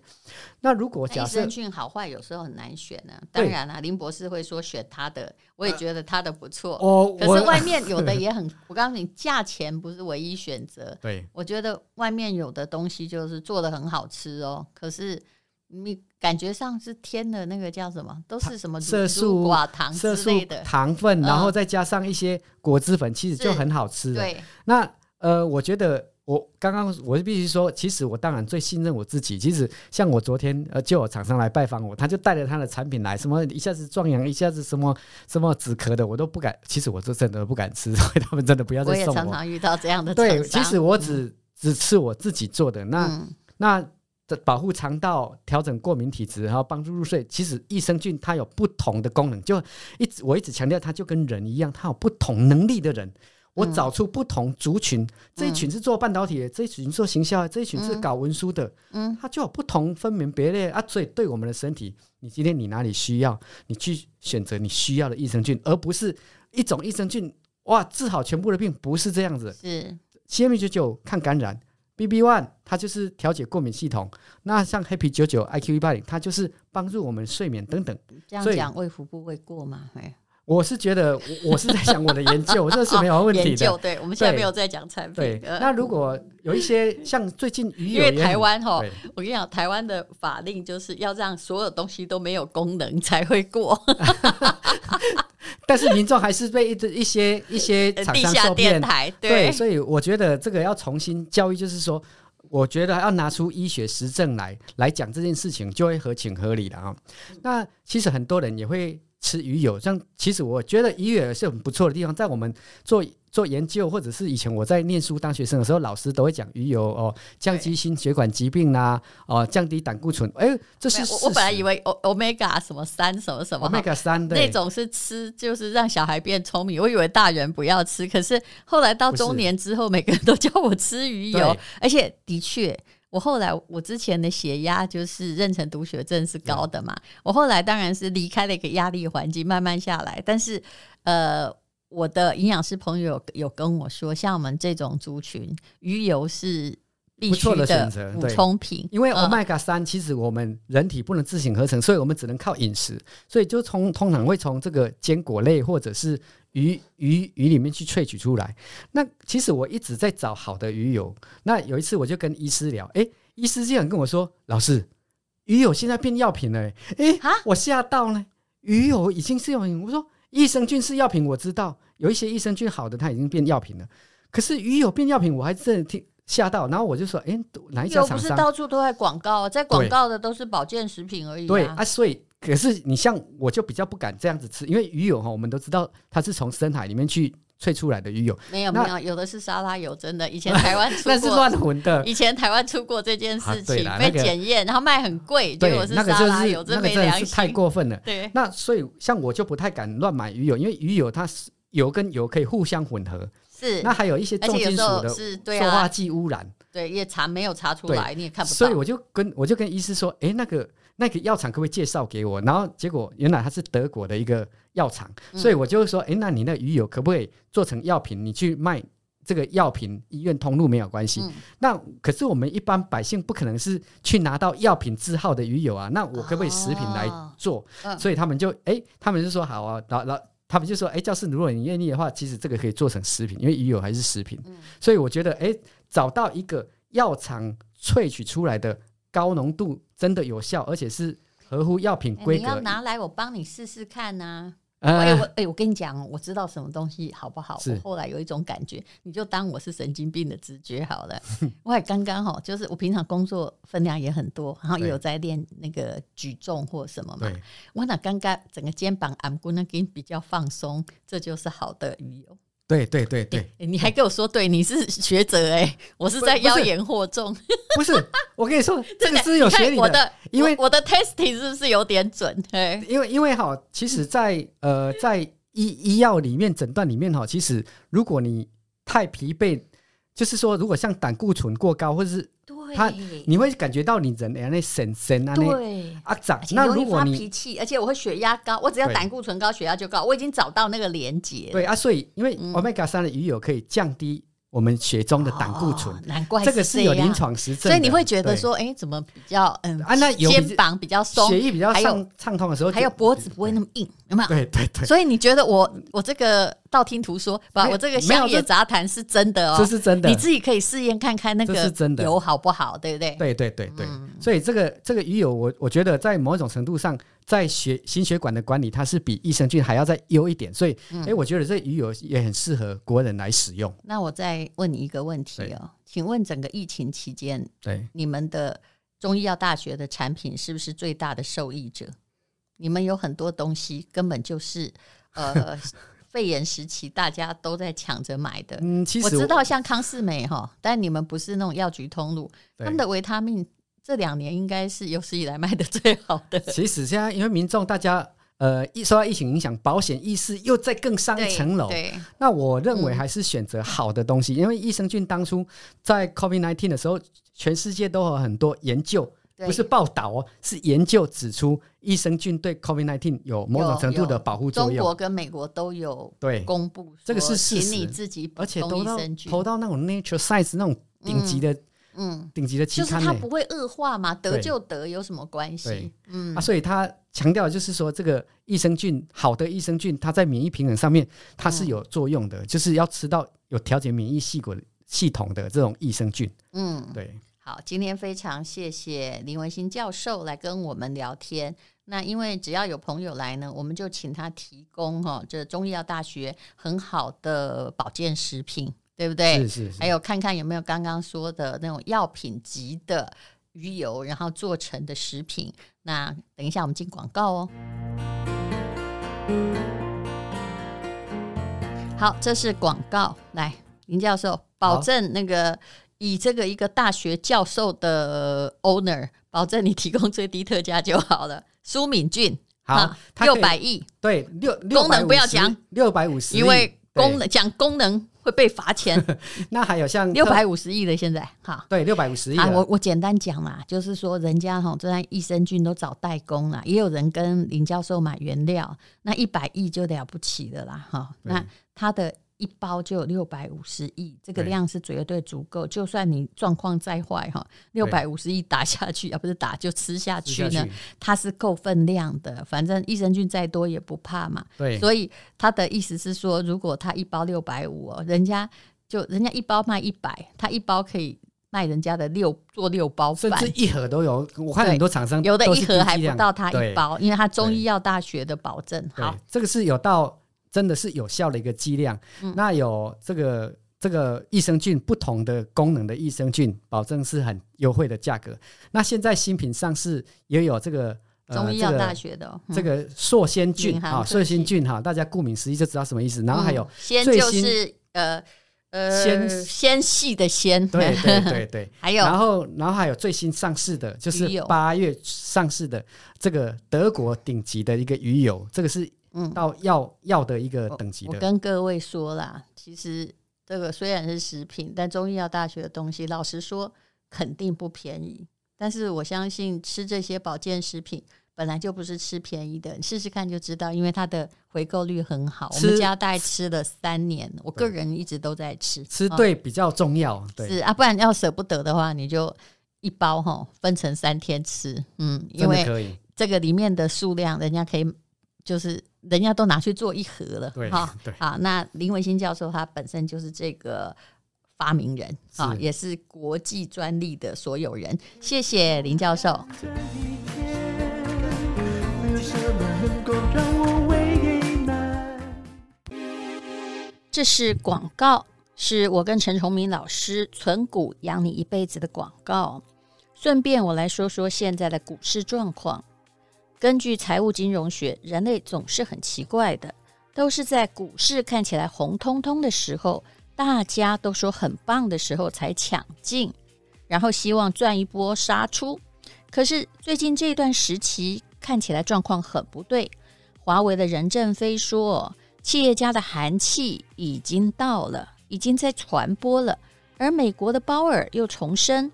[SPEAKER 1] 那如果
[SPEAKER 2] 那
[SPEAKER 1] 呃假
[SPEAKER 2] 益
[SPEAKER 1] 设
[SPEAKER 2] 生菌好坏有时候很难选呢、啊当
[SPEAKER 1] 对
[SPEAKER 2] 然啦、林博士会说选他的，我也觉得他的不错。
[SPEAKER 1] 哦，
[SPEAKER 2] 可
[SPEAKER 1] 我
[SPEAKER 2] 是外面有的也很，我告诉你，价钱不是唯一选择。
[SPEAKER 1] 对
[SPEAKER 2] 我觉得外面有的东西就是做的很好吃哦，可是你感觉上是添的那个叫什么，都是什么
[SPEAKER 1] 色
[SPEAKER 2] 乳
[SPEAKER 1] 素
[SPEAKER 2] 乳寡糖之
[SPEAKER 1] 色素
[SPEAKER 2] 类的，
[SPEAKER 1] 糖分，然后
[SPEAKER 2] 嗯
[SPEAKER 1] 再加上一些果汁粉，其实就是很好吃了。
[SPEAKER 2] 对，
[SPEAKER 1] 那呃，我觉得我刚刚我是必须说，其实我当然最信任我自己。其实像我昨天呃，就有厂商来拜访我，他就带着他的产品来，什么一下子壮阳，一下子什么什么止咳的，我都不敢。其实我都真的不敢吃， 所以他们真的不要
[SPEAKER 2] 我
[SPEAKER 1] 再
[SPEAKER 2] 也
[SPEAKER 1] 送
[SPEAKER 2] 常
[SPEAKER 1] 我。
[SPEAKER 2] 常遇到这样的
[SPEAKER 1] 对，
[SPEAKER 2] 厂
[SPEAKER 1] 其
[SPEAKER 2] 商
[SPEAKER 1] 实我只、只吃我自己做的。那、
[SPEAKER 2] 嗯
[SPEAKER 1] 那的保护肠道、调整过敏体质，然后帮助入睡，其实益生菌它有不同的功能，就一直我一直强调，它就跟人一样，它有不同能力的人。我找出不同族群，这一群是做半导体的，这一群做行销的，这一群是搞文书的，
[SPEAKER 2] 嗯
[SPEAKER 1] 它就有不同分门别类啊。所以对我们的身体，你今天你哪里需要，你去选择你需要的益生菌，而不是一种益生菌哇治好全部的病，不是这样子。
[SPEAKER 2] 是
[SPEAKER 1] CM 九九抗感染，BB One 它就是调节过敏系统，那像 Happy 九九 IQ 一八零它就是帮助我们睡眠等等。
[SPEAKER 2] 这样
[SPEAKER 1] 所以
[SPEAKER 2] 讲，卫福部会过吗？哎
[SPEAKER 1] 我是觉得我我是在想我的研 究，我这是没有问题
[SPEAKER 2] 哦研究
[SPEAKER 1] 的。
[SPEAKER 2] 对，我们现在
[SPEAKER 1] 对
[SPEAKER 2] 没有在讲产
[SPEAKER 1] 对
[SPEAKER 2] 品，，呃
[SPEAKER 1] 那如果有一些像最近鱼
[SPEAKER 2] 因
[SPEAKER 1] 友
[SPEAKER 2] 为
[SPEAKER 1] 也
[SPEAKER 2] 台
[SPEAKER 1] 很
[SPEAKER 2] 湾哦哈
[SPEAKER 1] 对，
[SPEAKER 2] 我跟你讲，台湾的法令就是要让所有东西都没有功能才会过，
[SPEAKER 1] 但是民众还是被一堆一些一些厂
[SPEAKER 2] 地
[SPEAKER 1] 商
[SPEAKER 2] 下
[SPEAKER 1] 受
[SPEAKER 2] 电
[SPEAKER 1] 骗。
[SPEAKER 2] 台
[SPEAKER 1] 对，
[SPEAKER 2] 对
[SPEAKER 1] 所以我觉得这个要重新教育，就是说，我觉得要拿出医学实证来来讲这件事情，就会合情合理了啊、那其实很多人也会吃鱼油，像其实我觉得鱼油是很不错的地方，在我们做。做研究，或者是以前我在念书当学生的时候，老师都会讲鱼油哦，降低心血管疾病啦、哦，降低胆固醇，哎，这
[SPEAKER 2] 没
[SPEAKER 1] 是
[SPEAKER 2] 有
[SPEAKER 1] 事
[SPEAKER 2] 我
[SPEAKER 1] 实。哦
[SPEAKER 2] 我本来以为 O omega 什么三什么什么哈
[SPEAKER 1] omega 三
[SPEAKER 2] 那种是吃，就是让小孩变聪明。我以为大人不要吃，可是后来到
[SPEAKER 1] 不是
[SPEAKER 2] 中年之后，每个人都叫我吃鱼油
[SPEAKER 1] 对，
[SPEAKER 2] 而且的确。我后来，我之前的血压就是妊娠毒血症是高的嘛。
[SPEAKER 1] 嗯
[SPEAKER 2] 我后来当然是离开了一个压力环境，慢慢下来。但是，呃，我的营养师朋友有有跟我说，像我们这种族群，鱼油是必
[SPEAKER 1] 不
[SPEAKER 2] 须
[SPEAKER 1] 错的选择
[SPEAKER 2] 补
[SPEAKER 1] 对
[SPEAKER 2] 充品，
[SPEAKER 1] 因为
[SPEAKER 2] 嗯
[SPEAKER 1] omega 三其实我们人体不能自行合成，所以我们只能靠饮食，所以就从通常会从这个坚果类或者是鱼鱼鱼里面去萃取出来。那其实我一直在找好的鱼油。那有一次我就跟医师聊，诶，医师竟然跟我说：“老师，鱼油现在变药品了、欸。”诶，
[SPEAKER 2] 啊
[SPEAKER 1] 我吓到呢，鱼油已经是药品。我说益生菌是药品，我知道有一些益生菌好的它已经变药品了，可是鱼油变药品，我还真的听。吓到，然后我就说，诶，哪一家
[SPEAKER 2] 油
[SPEAKER 1] 厂
[SPEAKER 2] 不是
[SPEAKER 1] 商？
[SPEAKER 2] 到处都在广告，在广
[SPEAKER 1] 对
[SPEAKER 2] 告的都是保健食品而已、啊。
[SPEAKER 1] 对啊，所以可是你像我就比较不敢这样子吃，因为鱼油哈，我们都知道它是从深海里面去萃出来的鱼油，
[SPEAKER 2] 没有
[SPEAKER 1] 那
[SPEAKER 2] 没有，有的是沙拉油，真的。以前台 湾出
[SPEAKER 1] 那是
[SPEAKER 2] 过，
[SPEAKER 1] 乱混的。
[SPEAKER 2] 以前台湾出过这件事
[SPEAKER 1] 啊对
[SPEAKER 2] 情，
[SPEAKER 1] 啦
[SPEAKER 2] 被
[SPEAKER 1] 那个
[SPEAKER 2] 检验，然后卖很贵，结
[SPEAKER 1] 对
[SPEAKER 2] 果，是
[SPEAKER 1] 那个
[SPEAKER 2] 沙
[SPEAKER 1] 就
[SPEAKER 2] 拉
[SPEAKER 1] 是
[SPEAKER 2] 油，
[SPEAKER 1] 那个
[SPEAKER 2] 没
[SPEAKER 1] 真的
[SPEAKER 2] 良
[SPEAKER 1] 是太
[SPEAKER 2] 心。
[SPEAKER 1] 过分了。
[SPEAKER 2] 对，
[SPEAKER 1] 那所以像我就不太敢乱买鱼油，因为鱼油它是油跟油可以互相混合，
[SPEAKER 2] 是
[SPEAKER 1] 那，还有一些
[SPEAKER 2] 而
[SPEAKER 1] 重
[SPEAKER 2] 且有
[SPEAKER 1] 金属
[SPEAKER 2] 时候
[SPEAKER 1] 的
[SPEAKER 2] 是对
[SPEAKER 1] 塑化
[SPEAKER 2] 啊，
[SPEAKER 1] 剂污染，
[SPEAKER 2] 对，也查没有查出
[SPEAKER 1] 对
[SPEAKER 2] 来，你也看不到。
[SPEAKER 1] 所以我就跟我就跟医师说，诶，那个那个药厂可不可以介绍给我？然后结果原来它是德国的一个药厂，
[SPEAKER 2] 嗯
[SPEAKER 1] 所以我就说，诶，那你那鱼油可不可以做成药品，你去卖？这个药品医院通路没有关系，
[SPEAKER 2] 嗯
[SPEAKER 1] 那可是我们一般百姓不可能是去拿到药品字号的鱼油啊，那我可不可以食品来
[SPEAKER 2] 哦
[SPEAKER 1] 做？
[SPEAKER 2] 嗯
[SPEAKER 1] 所以他们就诶，他们就说好啊，老老他们就说诶，教室如果你愿意的话，其实这个可以做成食品，因为鱼油还是食品。
[SPEAKER 2] 嗯
[SPEAKER 1] 所以我觉得，哎，找到一个药厂萃取出来的高浓度，真的有效，而且是合乎药品
[SPEAKER 2] 哎
[SPEAKER 1] 规
[SPEAKER 2] 你
[SPEAKER 1] 格。
[SPEAKER 2] 要拿来，我帮你试试看呐。哎、我
[SPEAKER 1] 呃，
[SPEAKER 2] 哎、我跟你讲哦，我知道什么东西好不好？
[SPEAKER 1] 是
[SPEAKER 2] 我后来有一种感觉，你就当我是神经病的直觉好 了。我也刚刚好，就是我平常工作分量也很多，然后也
[SPEAKER 1] 对
[SPEAKER 2] 有在练那个举重或什么嘛。
[SPEAKER 1] 对，
[SPEAKER 2] 我那刚刚整个肩膀俺姑那给比较放松，这就是好的鱼油。
[SPEAKER 1] 对，对，对，
[SPEAKER 2] 哎
[SPEAKER 1] 对，
[SPEAKER 2] 哎你还跟我说对，你是学者哎、我是
[SPEAKER 1] 不
[SPEAKER 2] 在
[SPEAKER 1] 不是
[SPEAKER 2] 妖言惑众。
[SPEAKER 1] 不是，我跟你说，这
[SPEAKER 2] 真
[SPEAKER 1] 个
[SPEAKER 2] 的
[SPEAKER 1] 是有
[SPEAKER 2] 你看
[SPEAKER 1] 学理
[SPEAKER 2] 我的，
[SPEAKER 1] 因为
[SPEAKER 2] 我我的 testing 是不是有点准？哎，
[SPEAKER 1] 因为因为哈，其实在，呃，在医医药里面诊断里面哈，其实如果你太疲惫，就是说，如果像胆固醇过高，或者是
[SPEAKER 2] 对
[SPEAKER 1] 他你会感觉到你人哎那神神啊那
[SPEAKER 2] 对。
[SPEAKER 1] 啊长
[SPEAKER 2] 而。且
[SPEAKER 1] 那
[SPEAKER 2] 容
[SPEAKER 1] 如
[SPEAKER 2] 易
[SPEAKER 1] 果
[SPEAKER 2] 发
[SPEAKER 1] 你
[SPEAKER 2] 脾气，而且我会血压高，我只要
[SPEAKER 1] 对
[SPEAKER 2] 胆固醇高，血压就高。我已经找到那个连接，
[SPEAKER 1] 对啊，所以因为
[SPEAKER 2] 嗯
[SPEAKER 1] omega 三的鱼油可以降低我们血中的胆固醇
[SPEAKER 2] 哦，难怪
[SPEAKER 1] 这个是有
[SPEAKER 2] 样
[SPEAKER 1] 临，床实证的，
[SPEAKER 2] 所以你会觉得
[SPEAKER 1] 对
[SPEAKER 2] 说，哎，怎么比较嗯
[SPEAKER 1] 啊那有比
[SPEAKER 2] 肩膀比较松
[SPEAKER 1] 血，液比较
[SPEAKER 2] 还有
[SPEAKER 1] 畅畅通的时候就，
[SPEAKER 2] 还有脖子不会那么硬，有没有？
[SPEAKER 1] 对对对，
[SPEAKER 2] 所以你觉得我我这个道听途说，不，
[SPEAKER 1] 没有
[SPEAKER 2] 我这个
[SPEAKER 1] 没有
[SPEAKER 2] 乡野
[SPEAKER 1] 这
[SPEAKER 2] 杂谈是真的哦，
[SPEAKER 1] 这是真的
[SPEAKER 2] 你。自己可以试验看看那
[SPEAKER 1] 这
[SPEAKER 2] 个
[SPEAKER 1] 是真的
[SPEAKER 2] 油好不好，对不对？
[SPEAKER 1] 对对对对，
[SPEAKER 2] 嗯
[SPEAKER 1] 所以这个这个鱼友，我我觉得在某种程度上，在血心血管的管理，它是比益生菌还要再优一点。所以，哎、
[SPEAKER 2] 嗯
[SPEAKER 1] 我觉得这鱼油也很适合国人来使用。
[SPEAKER 2] 那我再问你一个问题哦，请问整个疫情期间，
[SPEAKER 1] 对，
[SPEAKER 2] 你们的中医药大学的产品是不是最大的受益者？你们有很多东西根本就是 呃肺炎时期大家都在抢着买的。
[SPEAKER 1] 嗯，其
[SPEAKER 2] 我
[SPEAKER 1] 实
[SPEAKER 2] 知道像康士美哈，但你们不是那种药局通路，他
[SPEAKER 1] 对
[SPEAKER 2] 们的维他命这两年应该是有史以来卖的最好的。
[SPEAKER 1] 其实现在因为民众大家呃，一受到疫情影响，保险意识又在更上一层楼。
[SPEAKER 2] 对，
[SPEAKER 1] 那我认
[SPEAKER 2] 嗯
[SPEAKER 1] 为还是选择好的东西，因为益生菌当初在 COVID-19 的时候，全世界都有很多研究，
[SPEAKER 2] 对
[SPEAKER 1] 不是报道哦，是研究指出益生菌对 COVID-19 有某种程度的保护作
[SPEAKER 2] 中
[SPEAKER 1] 用
[SPEAKER 2] 国。跟美国都有
[SPEAKER 1] 对
[SPEAKER 2] 公布说，
[SPEAKER 1] 这个是事实
[SPEAKER 2] 请你自己补
[SPEAKER 1] 而且
[SPEAKER 2] 充
[SPEAKER 1] 投
[SPEAKER 2] 益
[SPEAKER 1] 到
[SPEAKER 2] 生菌，
[SPEAKER 1] 投到那种 Nature Science 那种顶级的、
[SPEAKER 2] 嗯，
[SPEAKER 1] 顶级的期
[SPEAKER 2] 就是
[SPEAKER 1] 刊
[SPEAKER 2] 它
[SPEAKER 1] 呢、
[SPEAKER 2] 不会恶化嘛，得
[SPEAKER 1] 对
[SPEAKER 2] 就得，有什么关系
[SPEAKER 1] 对？
[SPEAKER 2] 嗯
[SPEAKER 1] 啊，，所以他强调就是说，这个益生菌好的益生菌，它在免疫平衡上面它
[SPEAKER 2] 嗯
[SPEAKER 1] 是有作用的，就是要吃到有调节免疫系果系统的这种益生菌。
[SPEAKER 2] 嗯，
[SPEAKER 1] 对，
[SPEAKER 2] 好，今天非常谢谢林文新教授来跟我们聊天。那因为只要有朋友来呢，我们就请他提供哈、哦，这中医药大学很好的保健食品，对不对？
[SPEAKER 1] 是是是
[SPEAKER 2] 还。有看看有没有刚刚说的那种药品级的鱼油，然后做成的食品。那等一下我们进广告哦。好，这是广告。来，林教授，保证那个以这个一个大学教授的 owner，保证你提供最低特价就好了。苏敏俊，
[SPEAKER 1] 好
[SPEAKER 2] 啊，
[SPEAKER 1] 它
[SPEAKER 2] 六
[SPEAKER 1] 可以
[SPEAKER 2] 百亿，
[SPEAKER 1] 对六六
[SPEAKER 2] 功能不要讲，
[SPEAKER 1] 六百五十，
[SPEAKER 2] 因为
[SPEAKER 1] 对
[SPEAKER 2] 功能讲功能会被罚 钱，
[SPEAKER 1] 那还有像
[SPEAKER 2] 六百五十亿的现在好。
[SPEAKER 1] 对六百五十亿的，
[SPEAKER 2] 啊，我我简单讲啦，就是说人家哈，这在益生菌都找代工啦，也有人跟林教授买原料，那一百亿就了不起了啦，哈，
[SPEAKER 1] 对
[SPEAKER 2] 那他的。一包就有六百五十亿，这个
[SPEAKER 1] 对
[SPEAKER 2] 量是绝对足够。就算你状况再坏哈，六百五十亿打下去，啊，不是打就吃下
[SPEAKER 1] 吃
[SPEAKER 2] 去
[SPEAKER 1] 下
[SPEAKER 2] 呢，
[SPEAKER 1] 去
[SPEAKER 2] 它是够分量的。反正益生菌再多也不怕嘛。
[SPEAKER 1] 对
[SPEAKER 2] 所以他的意思是说，如果他一包六百五哦，人家就人家一包卖一百，他一包可以卖人家的六做六包
[SPEAKER 1] 甚
[SPEAKER 2] 饭，
[SPEAKER 1] 至一盒都有，我看
[SPEAKER 2] 对
[SPEAKER 1] 很多厂商
[SPEAKER 2] 有的
[SPEAKER 1] 都是
[SPEAKER 2] 一盒
[SPEAKER 1] 低
[SPEAKER 2] 还
[SPEAKER 1] 剂
[SPEAKER 2] 不
[SPEAKER 1] 量
[SPEAKER 2] 到他一，包，因为他中医
[SPEAKER 1] 对
[SPEAKER 2] 药大学的保证。
[SPEAKER 1] 对
[SPEAKER 2] 好
[SPEAKER 1] 对，，这个是有到真的是有效的一个剂量，
[SPEAKER 2] 嗯
[SPEAKER 1] 那有这个。这个益生菌不同的功能的益生菌，保证是很优惠的价格。那现在新品上市也有这个、呃、
[SPEAKER 2] 中医药
[SPEAKER 1] 这个
[SPEAKER 2] 大学的哦嗯
[SPEAKER 1] 这个塑仙菌
[SPEAKER 2] 隐含
[SPEAKER 1] 啊，
[SPEAKER 2] 特
[SPEAKER 1] 塑仙
[SPEAKER 2] 性
[SPEAKER 1] 菌哈，大家顾名思义就知道什么意思。然后还有
[SPEAKER 2] 嗯先
[SPEAKER 1] 最
[SPEAKER 2] 就
[SPEAKER 1] 新
[SPEAKER 2] 是呃呃
[SPEAKER 1] 先
[SPEAKER 2] 纤细的纤，
[SPEAKER 1] 对对对对，
[SPEAKER 2] 还有
[SPEAKER 1] 然后然后还有最新上市的，就是
[SPEAKER 2] 鱼油
[SPEAKER 1] 八月上市的这个德国顶级的一个鱼油，这个是
[SPEAKER 2] 嗯
[SPEAKER 1] 到药药的一个等级
[SPEAKER 2] 我
[SPEAKER 1] 的，
[SPEAKER 2] 跟各位说啦，其实这个虽然是食品，但中医药大学的东西，老实说肯定不便宜。但是我相信吃这些保健食品本来就不是吃便宜的，你试试看就知道，因为它的回购率很好。我们
[SPEAKER 1] 吃
[SPEAKER 2] 家大概吃了三年，我个人一直都在吃。
[SPEAKER 1] 吃
[SPEAKER 2] 啊
[SPEAKER 1] 对比较重要，
[SPEAKER 2] 是
[SPEAKER 1] 对，
[SPEAKER 2] 啊，不然要舍不得的话，你就一包哈分成三天吃，嗯，因
[SPEAKER 1] 真的
[SPEAKER 2] 为
[SPEAKER 1] 可以，
[SPEAKER 2] 这个里面的数量，人家可以就是人家都拿去做一盒了，
[SPEAKER 1] 对
[SPEAKER 2] 哈
[SPEAKER 1] 对
[SPEAKER 2] 啊。那林文新教授他本身就是这个发明人啊，
[SPEAKER 1] 是
[SPEAKER 2] 也是国际专利的所有人。谢谢林教授。
[SPEAKER 3] 这一天，没有什么能够让我为难。
[SPEAKER 2] 这是广告，是我跟陈崇明老师“存股养你一辈子”的广告。顺便我来说说现在的股市状况。根据财务金融学，人类总是很奇怪的，都是在股市看起来红彤彤的时候，大家都说很棒的时候才抢进，然后希望赚一波杀出。可是最近这段时期看起来状况很不对。华为的任正非说，企业家的寒气已经到了，已经在传播了。而美国的鲍尔又重申，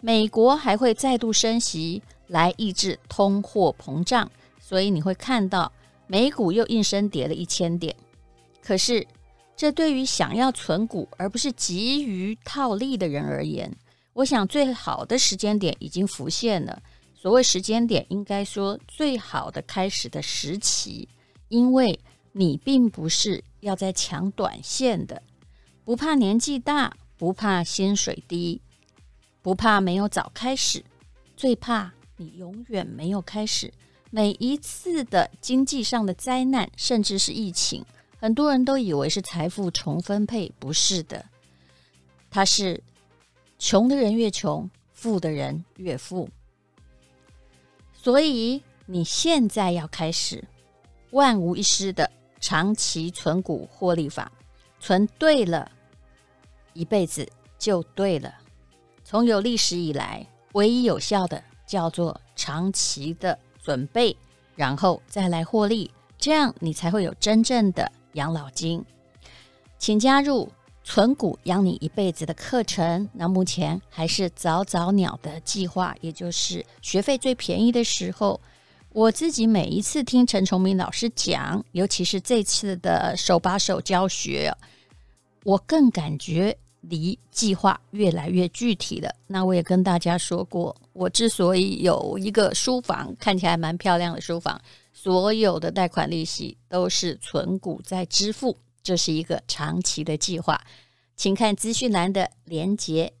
[SPEAKER 2] 美国还会再度升息来抑制通货膨胀，所以你会看到美股又应声跌了一千点。可是，这对于想要存股而不是急于套利的人而言，我想最好的时间点已经浮现了。所谓时间点，应该说最好的开始的时期。因为你并不是要在抢短线的，不怕年纪大，不怕薪水低，不怕没有早开始，最怕你永远没有开始。每一次的经济上的灾难，甚至是疫情，很多人都以为是财富重分配，不是的，它是穷的人越穷，富的人越富。所以你现在要开始万无一失的长期存股获利法，存对了，一辈子就对了。从有历史以来，唯一有效的叫做长期的准备，然后再来获利，这样你才会有真正的养老金。请加入存股养你一辈子的课程。那目前还是早早鸟的计划，也就是学费最便宜的时候。我自己每一次听陈崇明老师讲，尤其是这次的手把手教学，啊我更感觉离计划越来越具体了。那我也跟大家说过，我之所以有一个书房，看起来蛮漂亮的书房，所有的贷款利息都是存股在支付，这是一个长期的计划。请看资讯栏的连结，